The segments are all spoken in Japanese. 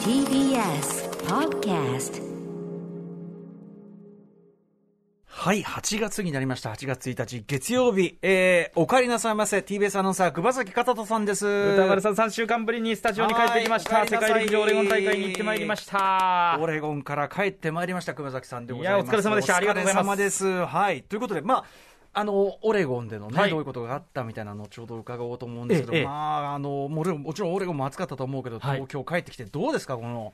TBS Podcast はい、8月になりました。8月1日、月曜日。えー、お帰りなさいませ。TBS アナウンサー、熊崎片人さんです。歌丸さん3週間ぶりにスタジオに帰ってきましはいたお帰世りなさい界陸上オレゴン大会に行ってまいりましたオレゴンから帰ってまいりました、熊崎さんでございます。いやお疲れ様でしたありがとうございますお疲れ様です。はい。ということで、まあ、あの、オレゴンでのね、はいどういうことがあったみたいなのをちょうど伺おうと思うんですけど、ええまあ、あの、もちろん、もちろんオレゴンも暑かったと思うけど、はい東京帰ってきてどうですか、この、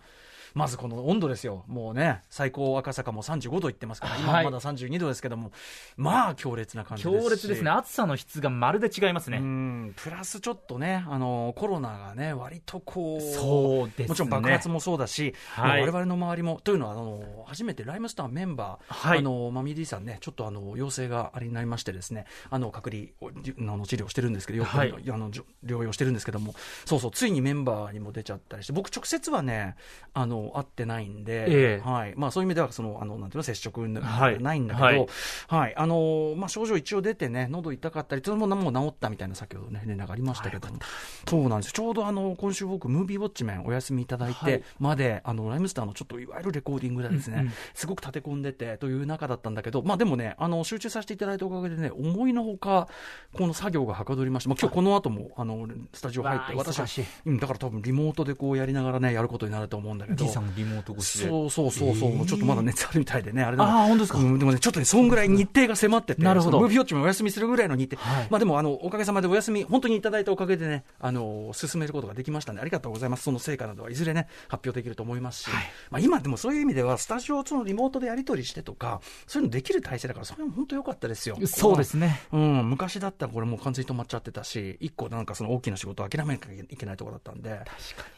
まずこの温度ですよ。もうね、最高赤坂も35度いってますから、今はいまだ32度ですけども、まあ、強烈な感じですし。強烈ですね暑さの質がまるで違いますうねんプラスちょっとね、あのコロナがね、割とこう、そうですねもちろん爆発もそうだし、はい我々の周りも、というのはあの、初めてライムスターメンバー、はいあのマミー D さんね、ちょっとあの陽性があれになりまして、ですねあの隔離をじあの治療してるんですけど、よくはいあのじょ療養してるんですけども、そうそう、ついにメンバーにも出ちゃったりして、僕、直接はね、あの会ってないんで、ええはいまあ、そういう意味ではそのあの、なんていうの、接触な,、はいないんだけど、はいはい、あのーまあ、症状一応出てね、喉痛かったり、それももう治ったみたいな、先ほどね、連絡ありましたけども、そうなんですよちょうどあの今週、僕、ムービーウォッチメン、お休みいただいはていまで、あのライムスターのちょっといわゆるレコーディングがですね、うんうんすごく立て込んでてという中だったんだけど、まあ、でもね、あの集中させていただいたおかげでね、思いのほか、この作業がはかどりまして、まあ今日この後もあのスタジオ入って、うわー私は忙しい、うん、だから多分リモートでこうやりながらね、やることになると思うんだけど。のリモート越そうそうそうそう、ちょっとまだ熱あるみたいでね、あれだあー本当ですかうんでもね、ちょっとね、そんぐらい日程が迫ってて、なるほどそのムービーウォッチもお休みするぐらいの日程、はいまあでもあの、おかげさまでお休み、本当にいただいたおかげでね、あの進めることができましたんで、ありがとうございます、その成果などはいずれね、発表できると思いますし、まあ、今でもそういう意味では、スタジオをそのリモートでやり取りしてとか、そういうのできる体制だから、それも本当良かったですよ。そうですねうん、昔だったらこれもう完全に止まっちゃってたし、一個なんかその大きな仕事を諦めなきゃいけないところだったんで。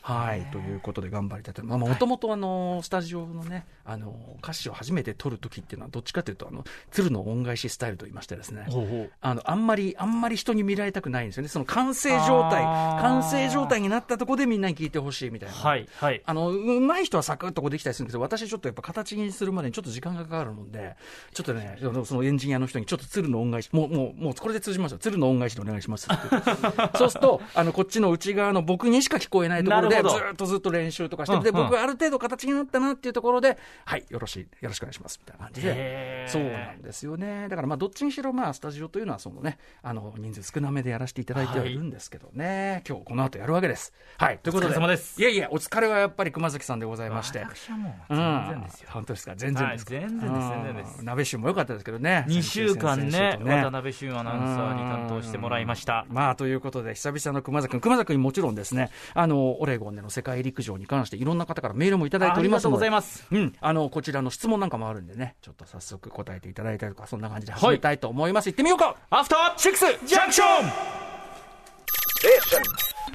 はい、ということで頑張りたいと。まあ、もともとあの、スタジオのね、あの、歌詞を初めて撮るときっていうのは、どっちかというと、あの、鶴の恩返しスタイルと言いましてですね。ほうほうあの、あんまり、あんまり人に見られたくないんですよね。その完成状態、あー完成状態になったとこでみんなに聞いてほしいみたいな。はいはいあの、うまい人はサクッとこうできたりするんですけど、私ちょっとやっぱ形にするまでにちょっと時間がかかるので、ちょっとね、そのそのエンジニアの人にちょっと鶴の恩返し、もう、もう、もうこれで通じますよ。鶴の恩返しでお願いしますって言って そうすると、あの、こっちの内側の僕にしか聞こえないところで、なずるほどーっとずっと練習とかして、で、うんうん僕がある程度形になったなっていうところで、はい、よろしい、よろしくお願いします、みたいな感じでへ。ーそうなんですよね。だからまあ、どっちにしろまあ、スタジオというのはそのね、あの、人数少なめでやらせていただいてはいるんですけどね、今日この後やるわけです。はい、ということで。お疲れ様ですいやいや、お疲れはやっぱり熊崎さんでございまして。私はもううん全然ですよ本当ですか、全然ですか。はい全然です全然ですうん鍋臭も良かったですけどね。 2週間先々週ねと渡辺俊アナウンサーに担当してもらいましたまあ、ということで、久々の熊崎君、熊崎君にもちろんですね、あの、オレゴンでの世界陸上に関して、いろんな方からメールもいただいておりますので、ありがとうございますうん、あの、こちらの質問なんかもあるんでね、ちょっと早速答えていただいたりとか、そんな感じで始めたいと思います。行ってみようかアフターシックスジャンクション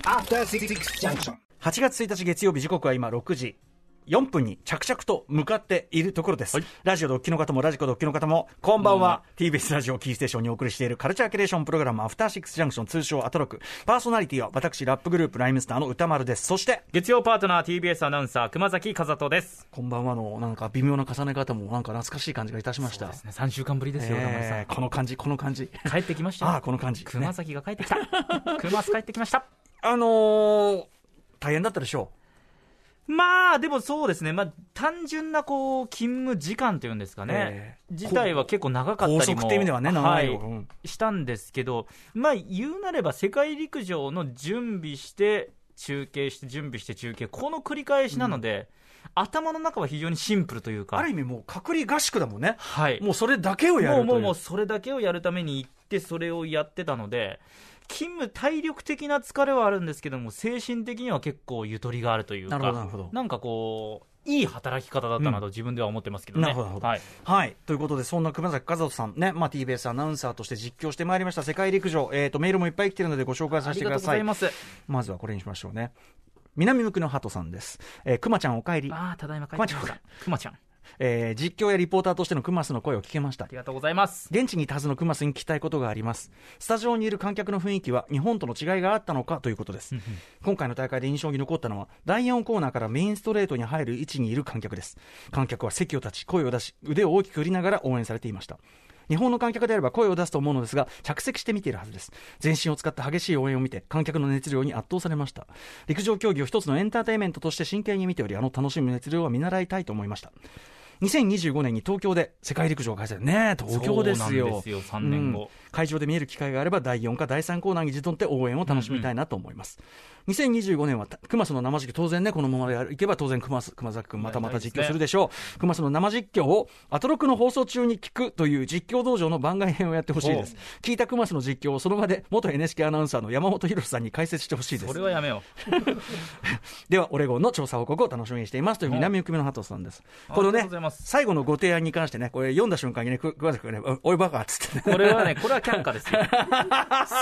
After Six Junction. 8月1日月曜日時刻は今6時4分に着々と向かっているところです、ラジオドッキの方もラジコドッキの方もこんばんは、TBS ラジオキーステーションにお送りしているカルチャーキュレーションプログラムアフターシックスジャンクション通称アトロクパーソナリティは私ラップグループライムスターの歌丸ですそして月曜パートナー TBS アナウンサー熊崎風人ですこんばんはのなんか微妙な重ね方もなんか懐かしい感じがいたしました3週間ぶりですよ歌丸さえーこの感じこの感じん帰ってきましたよああこの感じ、ね熊崎が帰ってきた熊崎帰ってきましたあのー、大変だったでしょまあでもそうですね、まあ、単純なこう勤務時間というんですかね、ええ自体は結構長かうったりも高速って意味ではね長はいいよ、うんしたんですけど、まあ、言うなれば世界陸上の準備して、中継して、準備して、中継、この繰り返しなので、頭の中は非常にシンプルというか、ある意味もう隔離合宿だもんねはい、もうそれだけをやるもとういうもうもうそれだけをやるために行ってそれをやってたので勤務体力的な疲れはあるんですけども精神的には結構ゆとりがあるというかなるほどなるほどんかこういい働き方だったなと自分では思ってますけどね、なるほどなるほどはい、はい。ということで、そんな熊崎和人さんね、まあ、TBS アナウンサーとして実況してまいりました世界陸上、えっ、と、メールもいっぱい来てるのでご紹介あさせりてくがとだうござさい。いますまずはこれにしましょうね。南向くの鳩さんです。えー、熊ちゃんお帰り。ああただいま帰ってきくましまちゃたくまちゃんあえー実況やリポーターとしての熊スの声を聞けました。りがとうございます現地にいたはずのクマスに聞きたいことがありますスタジオにいる観客の雰囲気は日本との違いがあったのかということです今回の大会で印象に残ったのは第4コーナーからメインストレートに入る位置にいる観客です観客は席を立ち声を出し腕を大きく振りながら応援されていました日本の観客であれば声を出すと思うのですが着席して見ているはずです全身を使った激しい応援を見て観客の熱量に圧倒されました陸上競技を一つのエンターテインメントとして真剣に見ておりあの楽しむ熱量は見習いたいと思いました2025年に東京で世界陸上が開催ねえ東京ですよそうなんですよ3年後会場で見える機会があれば第4か第3コーナーに自動って応援を楽しみたいなと思います、2025年はた熊須の生実況当然ねこのままでいけば当然熊須熊崎君またまた実況するでしょう熊須の生実況をアトロクの放送中に聞くという実況道場の番外編をやってほしいです聞いた熊須の実況をその場で元 NHK アナウンサーの山本博さんに解説してほしいですそれはやめよではオレゴンの調査報告を楽しみにしていますというふうに南久美のハトさんです。あこのありがねとうございま、す最後のご提案に関してね、これ読んだ瞬間にね、く桑崎君がね、おおいバカっつってね。 う。これはね、これは却下ですよ。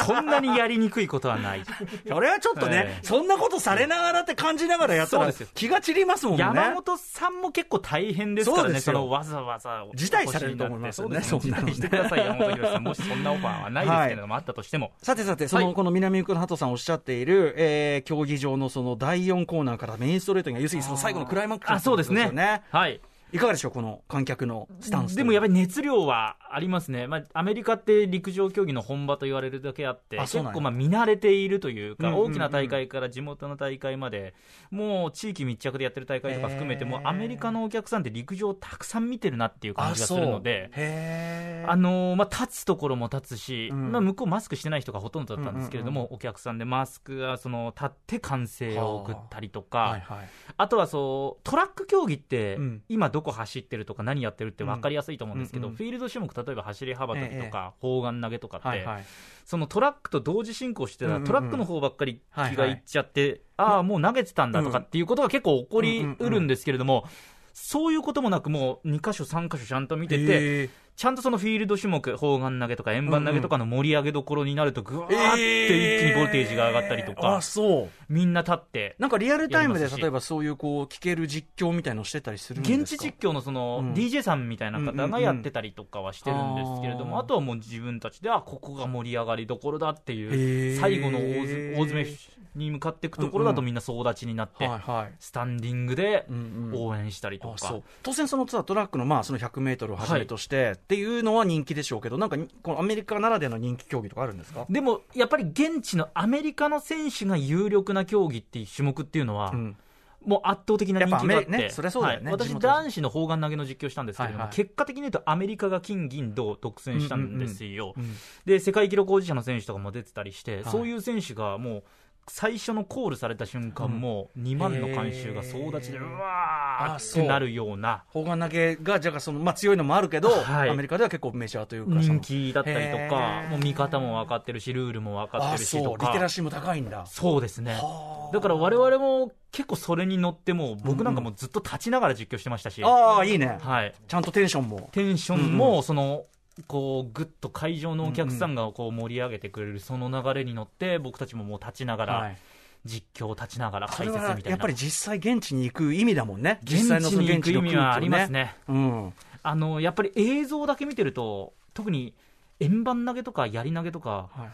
そんなにやりにくいことはない。 それはちょっとねえ、えそんなことされながらって感じながらやったそうらですよ気が散りますもんね。山本さんも結構大変ですからそうでね、すそよのわざわざお辞退されると思いますよねお越しになってそうですね、辞退してください、山本博さん、もしそんなオファーはないですけれども、あったとしても、さてさて、その、はいこの南福の鳩さんおっしゃっている、えー、競技場のその第4コーナーからメインストレートに、要するにその最後のクライマックスあそうですということよね、はい、いかがでしょう、この観客のスタンスとでいうのは。もやっぱり熱量はありますね、まあ、アメリカって陸上競技の本場と言われるだけあって、あ結そうなんや構まあ見慣れているといううんか、うんうん大きな大会から地元の大会まで、もう地域密着でやってる大会とか含めて、へーもうアメリカのお客さんって陸上をたくさん見てるなっていう感あ、じがそすう。るので。へーあのーまあ、立つところも立つし、うんまあ、向こうマスクしてない人がほとんどだったんですけれども、お客さんでマスクがその立って歓声を送ったりとか、はいはい。あとはそうトラック競技って、うん今どこ走ってるとか何やってるって分かりやすいと思うんですけど、うんうんフィールド種目例えば走り幅跳びとか、砲丸投げとかって、はいはい。そのトラックと同時進行してたうんうんら、うんトラックの方ばっかりはいはい気がいっちゃって、ああもう投げてたんだとかっていうことが結構起こりうるんですけれども、そういうこともなくもう2箇所3箇所ちゃんと見てて、へーちゃんとそのフィールド種目、砲丸投げとか円盤投げとかの盛り上げどころになると、ぐわーって一気にボルテージが上がったりとえーかあ、そうみんな立って、なんかリアルタイムやでりますし例えばそういうこう聞ける実況みたいのしてたりするんですか現地実況のそのうん DJ さんみたいな方がやってたりとかはしてるんですけれうんうんどうんも、あとはもう自分たちで、あ、ここが盛り上がりどころだってへいーう、最後の大詰大詰めに向かっていくところだとみんな総立ちになって、はいはいスタンディングでうんうん応援したりとあか。そう当然、そのツアートラックのまあその 100m をはじめとして、っていうのは人気でしょうけど、なんかにこのアメリカならではの人気競技とかあるんですか、でもやっぱり現地のアメリカの選手が有力な競技っていう種目っていうのは、うんもう圧倒的な人気があって、やっぱアメねそりゃそうだよねはい地私、元だし男子の砲丸投げの実況したんですけれども、はいはい結果的に言うと、アメリカが金、銀、銅、独占したんですよ、うんで、世界記録保持者の選手とかも出てたりして、いそういう選手がもう、最初のコールされた瞬間、もう2万の観衆が総立ちで、へーうわあーっそうてなるような砲丸投げがじゃあその、まあ、強いのもあるけど、はいアメリカでは結構メジャーというか、その人気だったりとかへー、もう見方も分かってるし、ルールも分かっあてるしそとう、リテラか、シーも高いんだ。そうですね。はあだから我々も結構それに乗ってもう僕なんかもうずっと立ちながら実況してましたし、ああ、いいね、はい、ちゃんとテンションも。テンションもその、こうぐっと会場のお客さんがこう盛り上げてくれるその流れに乗って僕たちももう立ちながら、はい実況立ちながらそ解れ説みたいはなやっぱり実際現地に行く意味だもんね。現実地際のそのに行く意味はありますね。ねうん。あのやっぱり映像だけ見てると特に円盤投げとかやり投げとかは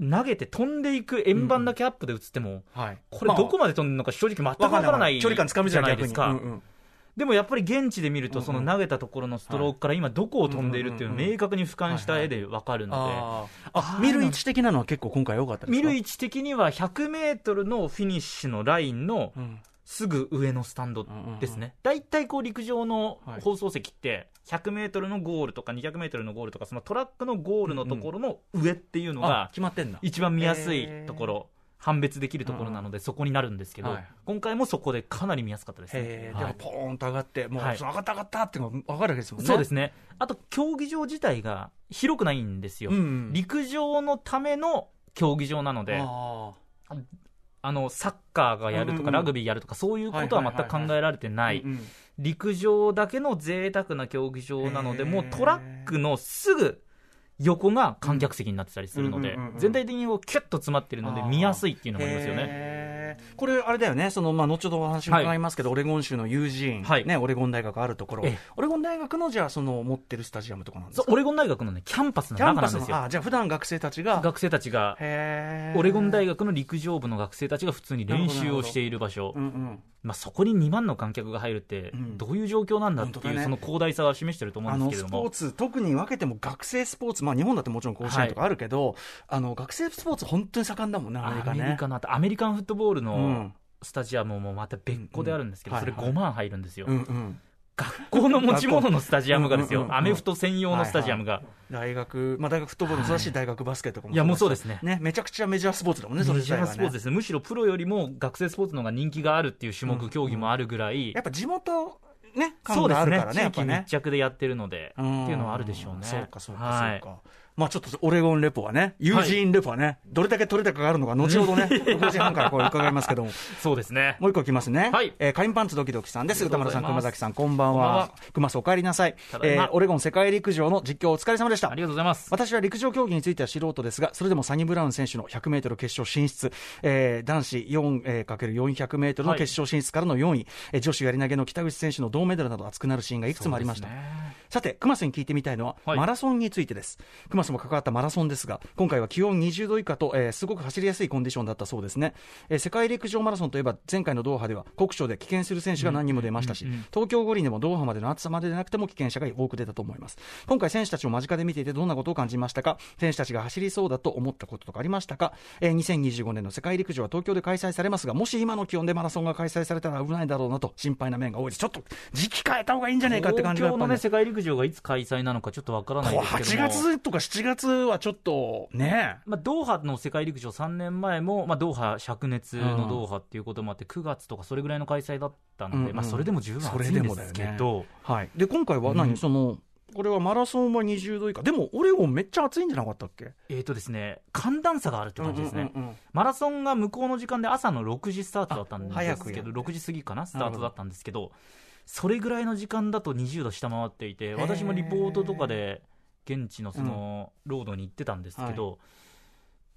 い。投げて飛んでいく円盤だけアップで映っても、はい。これどこまで飛んでるのか正直全く分からない距離感つかみづじゃらないいですか、逆にうんうんでもやっぱり現地で見るうとんうんその投げたところのストロークから今どこを飛んでいるっていうのを明確に俯瞰した絵で分かるので、あーあ見る位置的なのは結構今回良かったです見かる位置的には100メートルのフィニッシュのラインのうんすぐ上のスタンドですね。だいたいこう陸上のはい放送席って100メートルのゴールとか200メートルのゴールとかそのトラックのゴールのところの上っていうのあが決まってんだ一番見やすいところ。判別できるところなので、そこになるんですけど、はい今回もそこでかなり見やすかったですねへ。えはいでもポーンと上がってもうはい上がった上がったってのが分かるわけですもんねそうですね。あと、競技場自体が広くないんですよ。うんうん陸上のための競技場なので、ああの、サッカーがやるうとんうんうか、んラグビーやるとか、そういうことは全く考えられてーなうい。んうん陸上だけの贅沢な競技場なので、へーもうトラックのすぐ、横が観客席になってたりするのうんでうんうんうん、全体的にこうキュッと詰まってるのであー見やすいっていうのもありますよね。へーへーこれ、あれだよね、そのまあ、後ほどお話伺いますけど、オレゴン州のユージーン、はいね、オレゴン大学あるところええ、オレゴン大学のじゃあ、その持ってるスタジアムとかなんですそうか、オレゴン大学のね、キャンパスのキャ中ンなパんスでのすよ。あじゃあ、普段学生たちが、学生たちが、へーオレゴン大学の陸上部の学生たちが普通に練習をしている場所。うんうんまあ、そこに2万の観客が入るってん、どういう状況なんだって本当いだう、ねその広大さは示してると思うあんのですけれスどポーも。ツ、特に分けても学生スポーツ、まあ、日本だってもちろん甲子園とかあるけど、あの学生スポーツ、本当に盛んだもんね、アメリアカメね。リカのあとアメリカンフットボールうんのスタジアムもまた別個であるんですけど、うんうんそれはいはい5万入るんですよ、うんうん、学校の持ち物のスタジアムがでうんうすよん、うんうんアメフト専用のスタジアムが、大学、まあ、大学フットボールもそうだし、大学バスケとかもいやもうそうですねねめちゃくちゃメジャースポーツだもんね、それメ自ジャ体ーはスポーツねで。すね、むしろプロよりも学生スポーツの方が人気があるっていう種うん目、競技もあるぐらいや、っぱ地元、ね、そ感うでがあするねからね、やっ地ぱ域ね密。着でやってるので、っていうのはあるでしょうね。んそうか、そうか、はいそうか。まあちょっとオレゴンレポはね、ユージーンレポはね、どれだけ取れ高があるのか、後ほど ね、6時半からこう伺いますけども、そうですね。もう一個いきますね。はいえーカインパンツドキドキさんです。ありが歌とう丸ごさざいん、熊ます崎さん、こんばんこんばんはは。熊さん、お帰りなさい。ただいえまーオレゴン世界陸上の実況お疲れ様でしたあ。りがとうございます。私は陸上競技については素人ですが、それでもサニブラウン選手の100メートル決勝進出、えー男子 4×400 メートルの決勝進出からの4位、えー女子やり投げの北口選手の銅メダルなど熱くなるシーンがいくつもありました。そうですねさて、熊瀬に聞いてみたいのは、はいマラソンについてです。熊瀬も関わったマラソンですが、今回は気温20度以下と、えーすごく走りやすいコンディションだったそうですね、えー世界陸上マラソンといえば、前回のドーハでは国賞で棄権する選手が何人も出ましたし、東京五輪でもドーハまでの暑さまででなくても棄権者が多く出たと思います。今回、選手たちを間近で見ていて、どんなことを感じましたか、選手たちが走りそうだと思ったこととかありましたか、えー2025年の世界陸上は東京で開催されますが、もし今の気温でマラソンが開催されたら危ないだろうなと心配な面が多いです。ちょっと時期変えた方がいいんじゃないかって感東じがや京っぱのりね、世界陸上がいつ開催なのかちょっとわからないこうですけ8ども。月とか7月はちょっとね、まあ、ドーハの世界陸上3年前も、まあ、ドーハ灼熱のドーハっていうこともあって、9月とかそれぐらいの開催だったので、うんうんまあ、それでも十分そ暑れいでんもでだよすねけど、はい、で今回は何、うんそのこれはマラソンは20度以下、でもオレゴンめっちゃ暑いんじゃなかったっけえーとですね、寒暖差があるって感じですね、うんうんうんうんマラソンが向こうの時間で朝の6時スタートだったんあ早ですくけやど、る6時過ぎかな、スタートだったんですけど、それぐらいの時間だと20度下回っていて、ー私もリポートとかで、現地のそのロードに行ってたんですけど、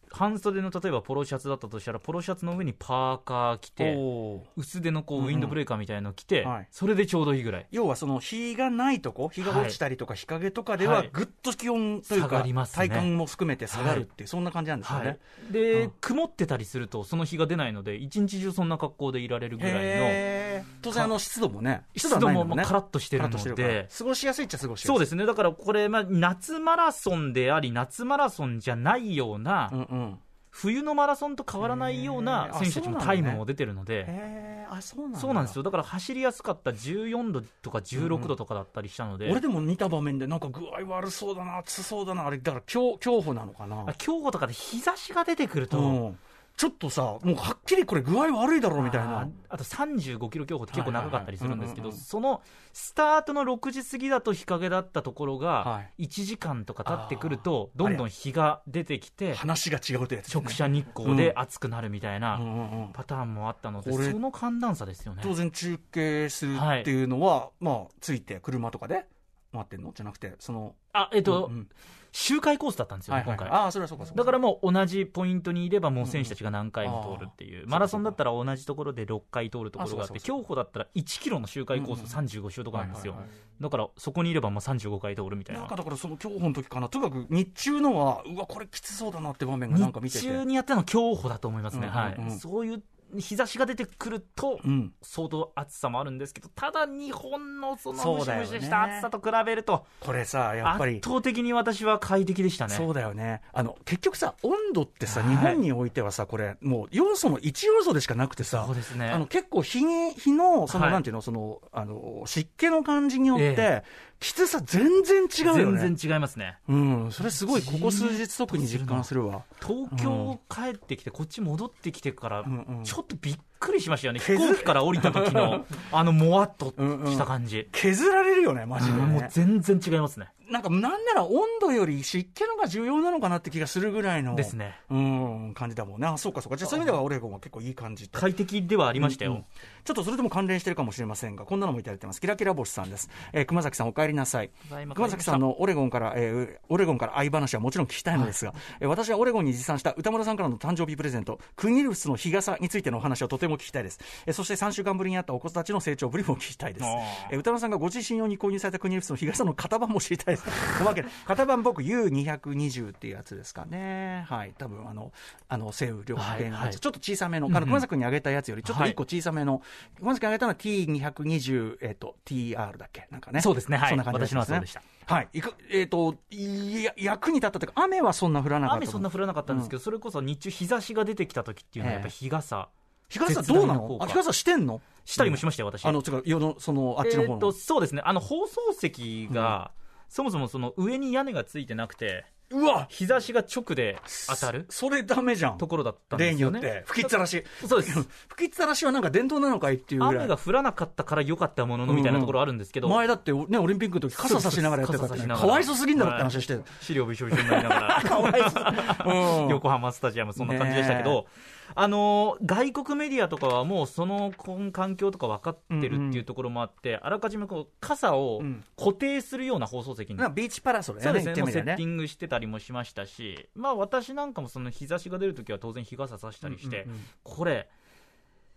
半袖の例えばポロシャツだったとしたら、ポロシャツの上にパーカー着て。おー薄手のうこんううんウィンドブレーカーみたいの着て、はいそれでちょうどいいぐらい要はその日がないとこ、日が落ちたりとか、日陰とかでははいぐっと気温というか、下がりますね体感も含めて下がるっていう、そんな感じなんですよはね。い、で、うん曇ってたりするとその日が出ないので一日中そんな格好でいられるぐらいのへー当然、あの湿度もね、湿度もまあカラッッとしてるので過ごしやすいっちゃ過ごしやすい。そうですねだからこれ、まあ、夏マラソンであり夏マラソンじゃないような、うんうん、冬のマラソンと変わらないようへなーあ選手たそちもうなタんイだねムも出てるので。へーあそうなんだそうなんですよだから走りやすかった14度とか16度とかだったりしたので、俺でも似た場面で、なんか具合悪そうだな、暑そうだな、あれ、だから恐恐怖なのかな、あ競歩とかで日差しが出てくると、うん、ちょっとさ、もうはっきりこれ、具合悪いだろうみたいあなー、あと35キロ競歩って結構長かったりするんですけはいはいはいうんうんうど、んそのスタートの6時過ぎだと日陰だったところはが、1時間とか経ってくると、あーどんどん日が出てきて、話が違うとやつ、直射日光で暑くなるみたいうんなうんうんパターンもあったので、これその寒暖差ですよね。当然、中継するっていうのは、まあ、ついて、車とかで待ってんのじゃなくて、その、あえっと、うんうん周回コースだったんですよはねい、は今いはい回。ああ、それはそうか、そうかだからもう同じポイントにいれば、もう選手たちが何回も通るっていう、うんマラソンだったら同じところで6回通るところがあっあそうそうて、そう競歩だったら1キロの周回コース35周とかなんですよ、だからそこにいればまあ35回通るみたいな。なんかだから、その競歩の時かな、とにかく日中のは、うわ、これきつそうだなって場面がなんか見て日て、中にやったのは競歩だと思いますね、うんうんうんはい、そういう日差しが出てくると、うん、相当暑さもあるんですけど、ただ日本のそのそうムシだよねムシした暑さと比べると、これさ、やっぱり圧。倒的に私は快適でしたね。そうだよねあの結局さ、温度ってさ、はい日本においてはさ、これ、もう要素の一要素でしかなくてさそう、ですねあの結構日に、日の、その、はいなんていうの、そのあの湿気の感じによって、えきつさ、全然違うよね。全然違いますね、うん、それすごい、ここ数日、特に実感するわ。東京帰ってきて、こっち戻ってきてから、んうんちょっとびっくりしましたよね、飛削る行機から降りた時のあのもわっとした感じ、削られるよね、マジで、もうね。全然違いますね。なんかなんなら温度より湿気のが重要なのかなって気がするぐらいのですねうん感じだもんねあそうかそうかじゃあそういう意味ではオレゴンは結構いい感じと快適ではありましたよ、うんうんちょっとそれとも関連してるかもしれませんがこんなのもいただいてますキラキラ星さんです、えー熊崎さんお帰りなさいただいま熊崎さんのオレゴンから、えーオレゴンから愛話はもちろん聞きたいのですが、えー私はオレゴンに持参した歌丸さんからの誕生日プレゼントクニルフスの日傘についてのお話をとても聞きたいです、えーそして3週間ぶりにあったお子たちの成長ぶりも聞きたいですあ、ーえー歌丸さんがご自身用に購入されたクニルフスの日傘の型番も知りたいです おまけで型番僕 U220 っていうやつですかねはい多分あのあの西雨両派のやつ、はいはいちょっと小さめのあの熊崎君にあげたやつよりちょっと1個小さめの、熊崎君にあげたのは T220、えっと TR だっけなんかねそうですねはいそんな感じ私のはそうでした。はい。いく、えっ、と、いや、役に立ったというか、雨はそんな降らなかった。雨そんな降らなかったんですけど、それこそ日中日差しが出てきた時っていうのはやっぱり日傘日傘どうな絶大なの効果あ、日傘してんのしたりもしましたよ私あの、つうか、世の、その、あっちのえ方ー、のと。そうですねあの放送席が、そもそもその上に屋根がついてなくてうわ日差しが直で当たるそれダメじゃん。ところだったんで例すによよっねて。吹きっさらし。そうです吹きっさらしはなんか伝統なのかいっていうぐらい。雨が降らなかったから良かったもののみたいなところあるんですけど、前だって、ね、オリンピックの時傘さしながらやってたから、ね、傘差しながからわいそうすぎんだろって話してる。資料びしょびしょになりなが らかわいそう。うん。 横浜スタジアム、そんな感じでしたけねど、あのー外国メディアとかはもうそのこん環境とか分かってうんうるんっていうところもあって、あらかじめこう傘をうん固定するような放送席に、なんかビーチパラソルそやうね、です言ねもっうてみセりゃッティングしてたりもしましたし、まあ、私なんかもその日差しが出るときは当然、日傘さしたりして、うんうんうんこれ、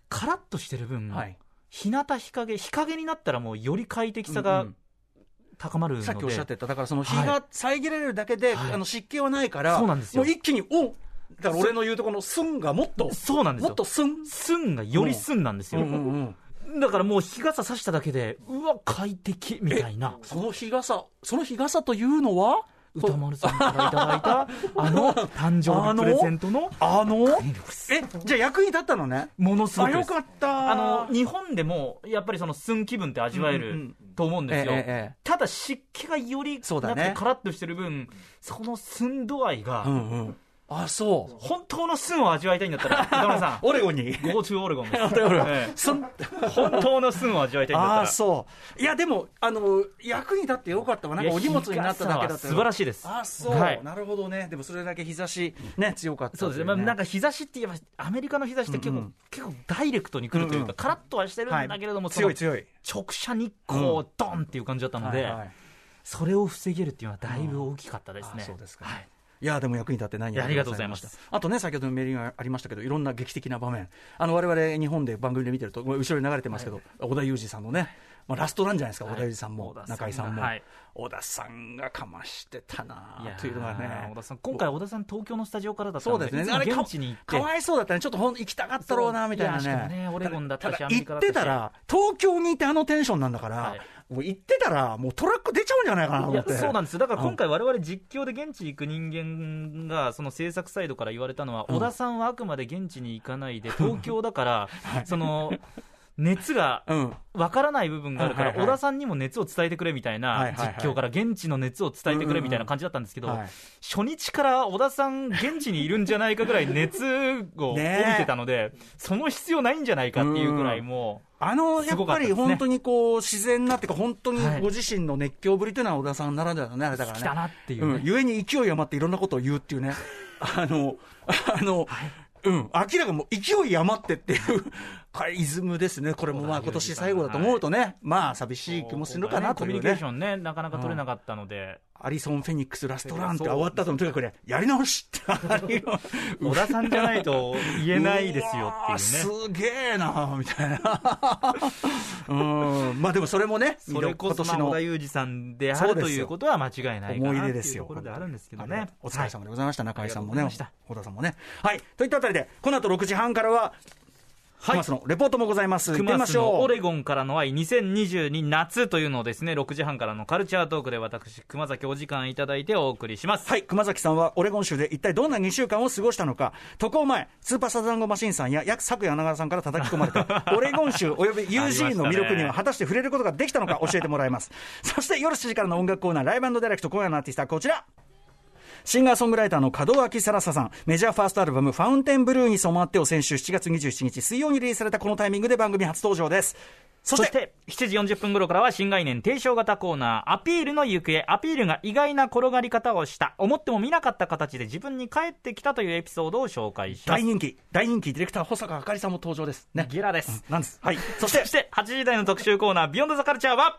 カラッとしてる分、はい。日向日陰、日陰になったらもうより快適さうがん高まるので、さっきおっしゃってた、だからその日はが遮られるだけで、はいあの湿気はないから、そうなんですよもう一気に、おだから俺の言うとこのすんがもっと、そうなんですもっよと、すん。寸がより寸なんですよ。うんうんうんだからもう日傘さしただけで、うわ、快適みたいな、その日傘、その日傘というのは、歌丸さんからいただ いた、あの誕生日プレゼントの、あの、ニルフスえ、じゃあ役に立ったのね。ものすごあ、くでよすかった。あの日本でもやっぱりその寸気分って味わえうんると思うんですよ、ええええただ湿気がよりそうだねなくてカラッとしてる分そ,、の寸度合いうがんうん。あ、そう。本当の寸を味わいたいんだっ たら歌丸さんオレゴンに。 Go to オレゴンですオレ ゴンえすんえ本当の寸を味わいたいんだったあらあ、そう。いや、でも、あの、役に立ってよかったわ。なんかお荷物になっただけだったいや日傘は素晴らしい。しいですあ、そう、はいなるほどね。でもそれだけ日差し、ね、強かったというそね、ですね、まあ、なんか日差しって言えばアメリカの日差しって結構,、うんうん結構ダイレクトに来るというか、うんうんカラッとはしてるんだけれども、はい強い強いその直射日光ドンっていう感じだったので、はいはいそれを防げるっていうのはだいぶ大きかったですね、あそうですか、はいい、やでも役に立って何よいやありがとうございますありがとうございましたあとね先ほどのメールにありましたけどいろんな劇的な場面あの我々日本で番組で見てるとごめん後ろに流れてますけど、織田裕二さんのねまあ、ラストランじゃないですか、はい織田裕二さんも織田さんが中井さんも、はい織田さんがかましてたいやなーというのがね小田さん今回、小田さん、東京のスタジオからだったそのうで、ですねいつ、もあれか現地に行って、かわいそうだったね、ちょっとほん行きたかったろうなみたいないやしね、かもねオレゴンだったしアメリ行カだっったてしたら、東京にいてあのテンションなんだから、はいもう行ってたら、もうトラック出ちゃうんじゃないかなとい思やって、そうなんですよだから今回、我々実況で現地行く人間が、その制作サイドから言われたのは、小田さんはあくまで現地に行かないで、東京だ から、その熱がうん、わからない部分があるかはら、いはいはい小田さんにも熱を伝えてくれみたいはいな、はいはい実況から現地の熱を伝えてくれみたいな感じだったんですけど、うんうんうんはい初日から小田さん、現地にいるんじゃないかぐらい熱を帯びねえてたので、その必要ないんじゃないかっていうぐらい、もあのやすっごかっぱたでりすね本当にこう自然なっていうか、本当にはいご自身の熱狂ぶりというのは小田さんならではのね、あれだう、か好きらだね。なっていううね。ん、故に勢い余っていろんなことを言うって いうね、あの、あの、うん、明らかにもう勢い余ってっていう、 これ、イズムですね、これもまあ今年最後だと思うとね、まあ寂しい気もするかなとコミいュニうケーねシ、ョンね、なかなか取れなかったので、アリソン・フェニックス・ラストランって終わった後も、とにかくね、やり直しって、ありの小田さんじゃないと 言えないですよわーっていうね。すげえなみたい なうんまあでもそれもねそれこそ、まあ今年小田の裕二さんであそうるですよということは間違いないか思いな出ってでいすうよところであるんですけどありがねと。うお疲れ様でございました、中井さんもあねりがとうございま小田さんもねはいといったあたりでこの後6時半からは、はい、熊須のレポートもございます行ってみま熊しスのょオうレゴンからの愛2022夏というのをですね6時半からのカルチャートークで私熊崎お時間いただいてお送りします、はい熊崎さんはオレゴン州で一体どんな2週間を過ごしたのか渡航前スーパーサザンゴマシンさんや約昨夜長田さんから叩き込まれた オレゴン州および UG の魅力には果たして触れることができたのか教えてもらいますそして夜7時からの音楽コーナーライブダイレクト今夜のアーティストはこちらシンガーソングライターの門脇サラサさん、メジャーファーストアルバム、ファウンテンブルーに染まってを先週7月27日水曜にリリースされたこのタイミングで番組初登場です。そそして、して7時40分頃からは新概念提唱型コーナーアピールの行方アピールが意外な転がり方をした思っても見なかった形で自分に返ってきたというエピソードを紹介しま大す人気、大人気ディレクター、保坂あかりさんも登場です。ね。ゲラです、なんです。はい。そそししててそ、して8時台の特集コーナー「ビヨンドザカルチャーは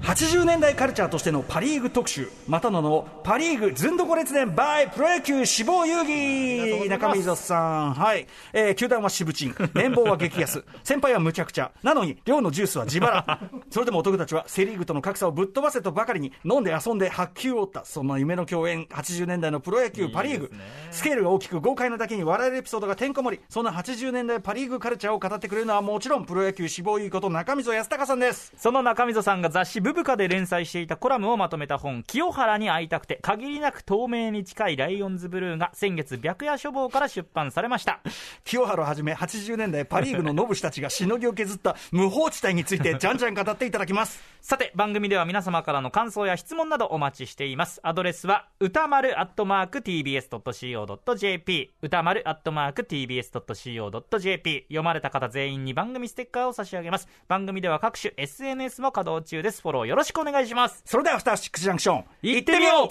80年代カルチャーとしてのパ・リーグ特集またののパ・リーグずんどこ列伝 by プロ野球志望遊りがとうご戯ざい中溝ますさんはい、えー球団は渋賃年俸は激 安先輩は無茶苦茶なのに量のジュースは自腹それでも男たちはセ・リーグとの格差をぶっ飛ばせとばかりに飲んで遊んで白球を追ったそんな夢の共演80年代のプロ野球パ・リーグスケールが大きく豪快なだけに笑えるエピソードがてんこ盛りそんな80年代パ・リーグカルチャーを語ってくれるのはもちろんプロ野球志望遊戯こと中溝康隆さんですその中溝さんが雑誌「ブブカ」で連載していたコラムをまとめた本「清原に会いたくて限りなく透明に近いライオンズブルー」が先月白夜書房から出版されました清原をはじめ80年代パ・リーグのノブ氏たちがしのぎを削った無法地帯についてじゃんじゃん語っていただきますさて番組では皆様からの感想や質問などお待ちしていますアドレスは歌丸アットマーク TBS.CO.JP 歌丸アットマーク TBS.CO.JP 読まれた方全員に番組ステッカーを差し上げます番組では各種 SNS も稼働中ですフォローよろしくお願いしますそれではアフターシックスジャンクションいってみよう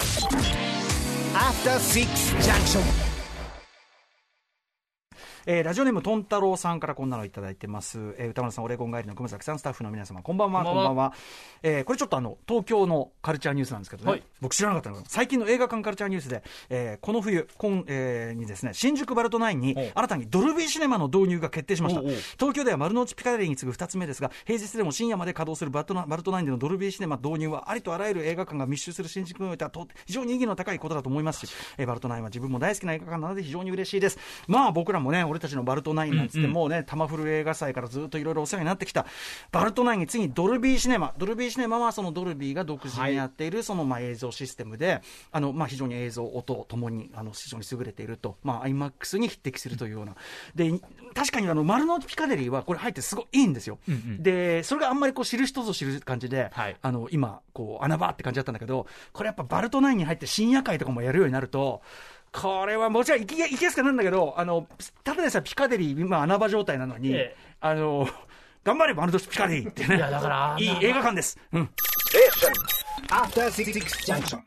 After Six Junction. えーラジオネームとんたろうさんからこんなのいただいてます、えー歌丸さんオレゴン帰りの熊崎さんスタッフの皆様こんばんはここんんばんばはんは、えーこれちょっとあの東京のカルチャーニュースなんですけどね、はい僕知らなかったのが最近の映画館カルチャーニュースで、えーこの冬今、えーにですね新宿バルトナインにおう新たにドルビーシネマの導入が決定しましたおうおう東京では丸の内ピカデリーに次ぐ2つ目ですが平日でも深夜まで稼働するバルトナバルトナインでのドルビーシネマ導入はありとあらゆる映画館が密集する新宿においてはと非常に意義の高いことだと思いますし、えーバルトナインは自分も大好きな映画館なので非常に嬉しいですまあ僕らもね俺たちのバルトナインなんつってもうね玉古映画祭からずっといろいろお世話になってきたバルトナインに次にドルビーシネマドルビーシネマはそのドルビーが独自にやっているそのまあ映像システムであのまあ非常に映像音ともにあの非常に優れているとまあ IMAX に匹敵するというようなで確かにあの丸の内ピカデリーはこれ入ってすごいいいんですよ、でそれがあんまりこう知る人ぞ知る感じで、はいあの今こう穴場って感じだったんだけどこれやっぱバルトナインに入って深夜会とかもやるようになるとこれはもちろん行き行きやすくなるんだけどあのただでさえピカデリー今穴場状態なのに、ええあの頑張れ丸の内ピカデリーってねいやだからいい映画館です、うん After Six Junction.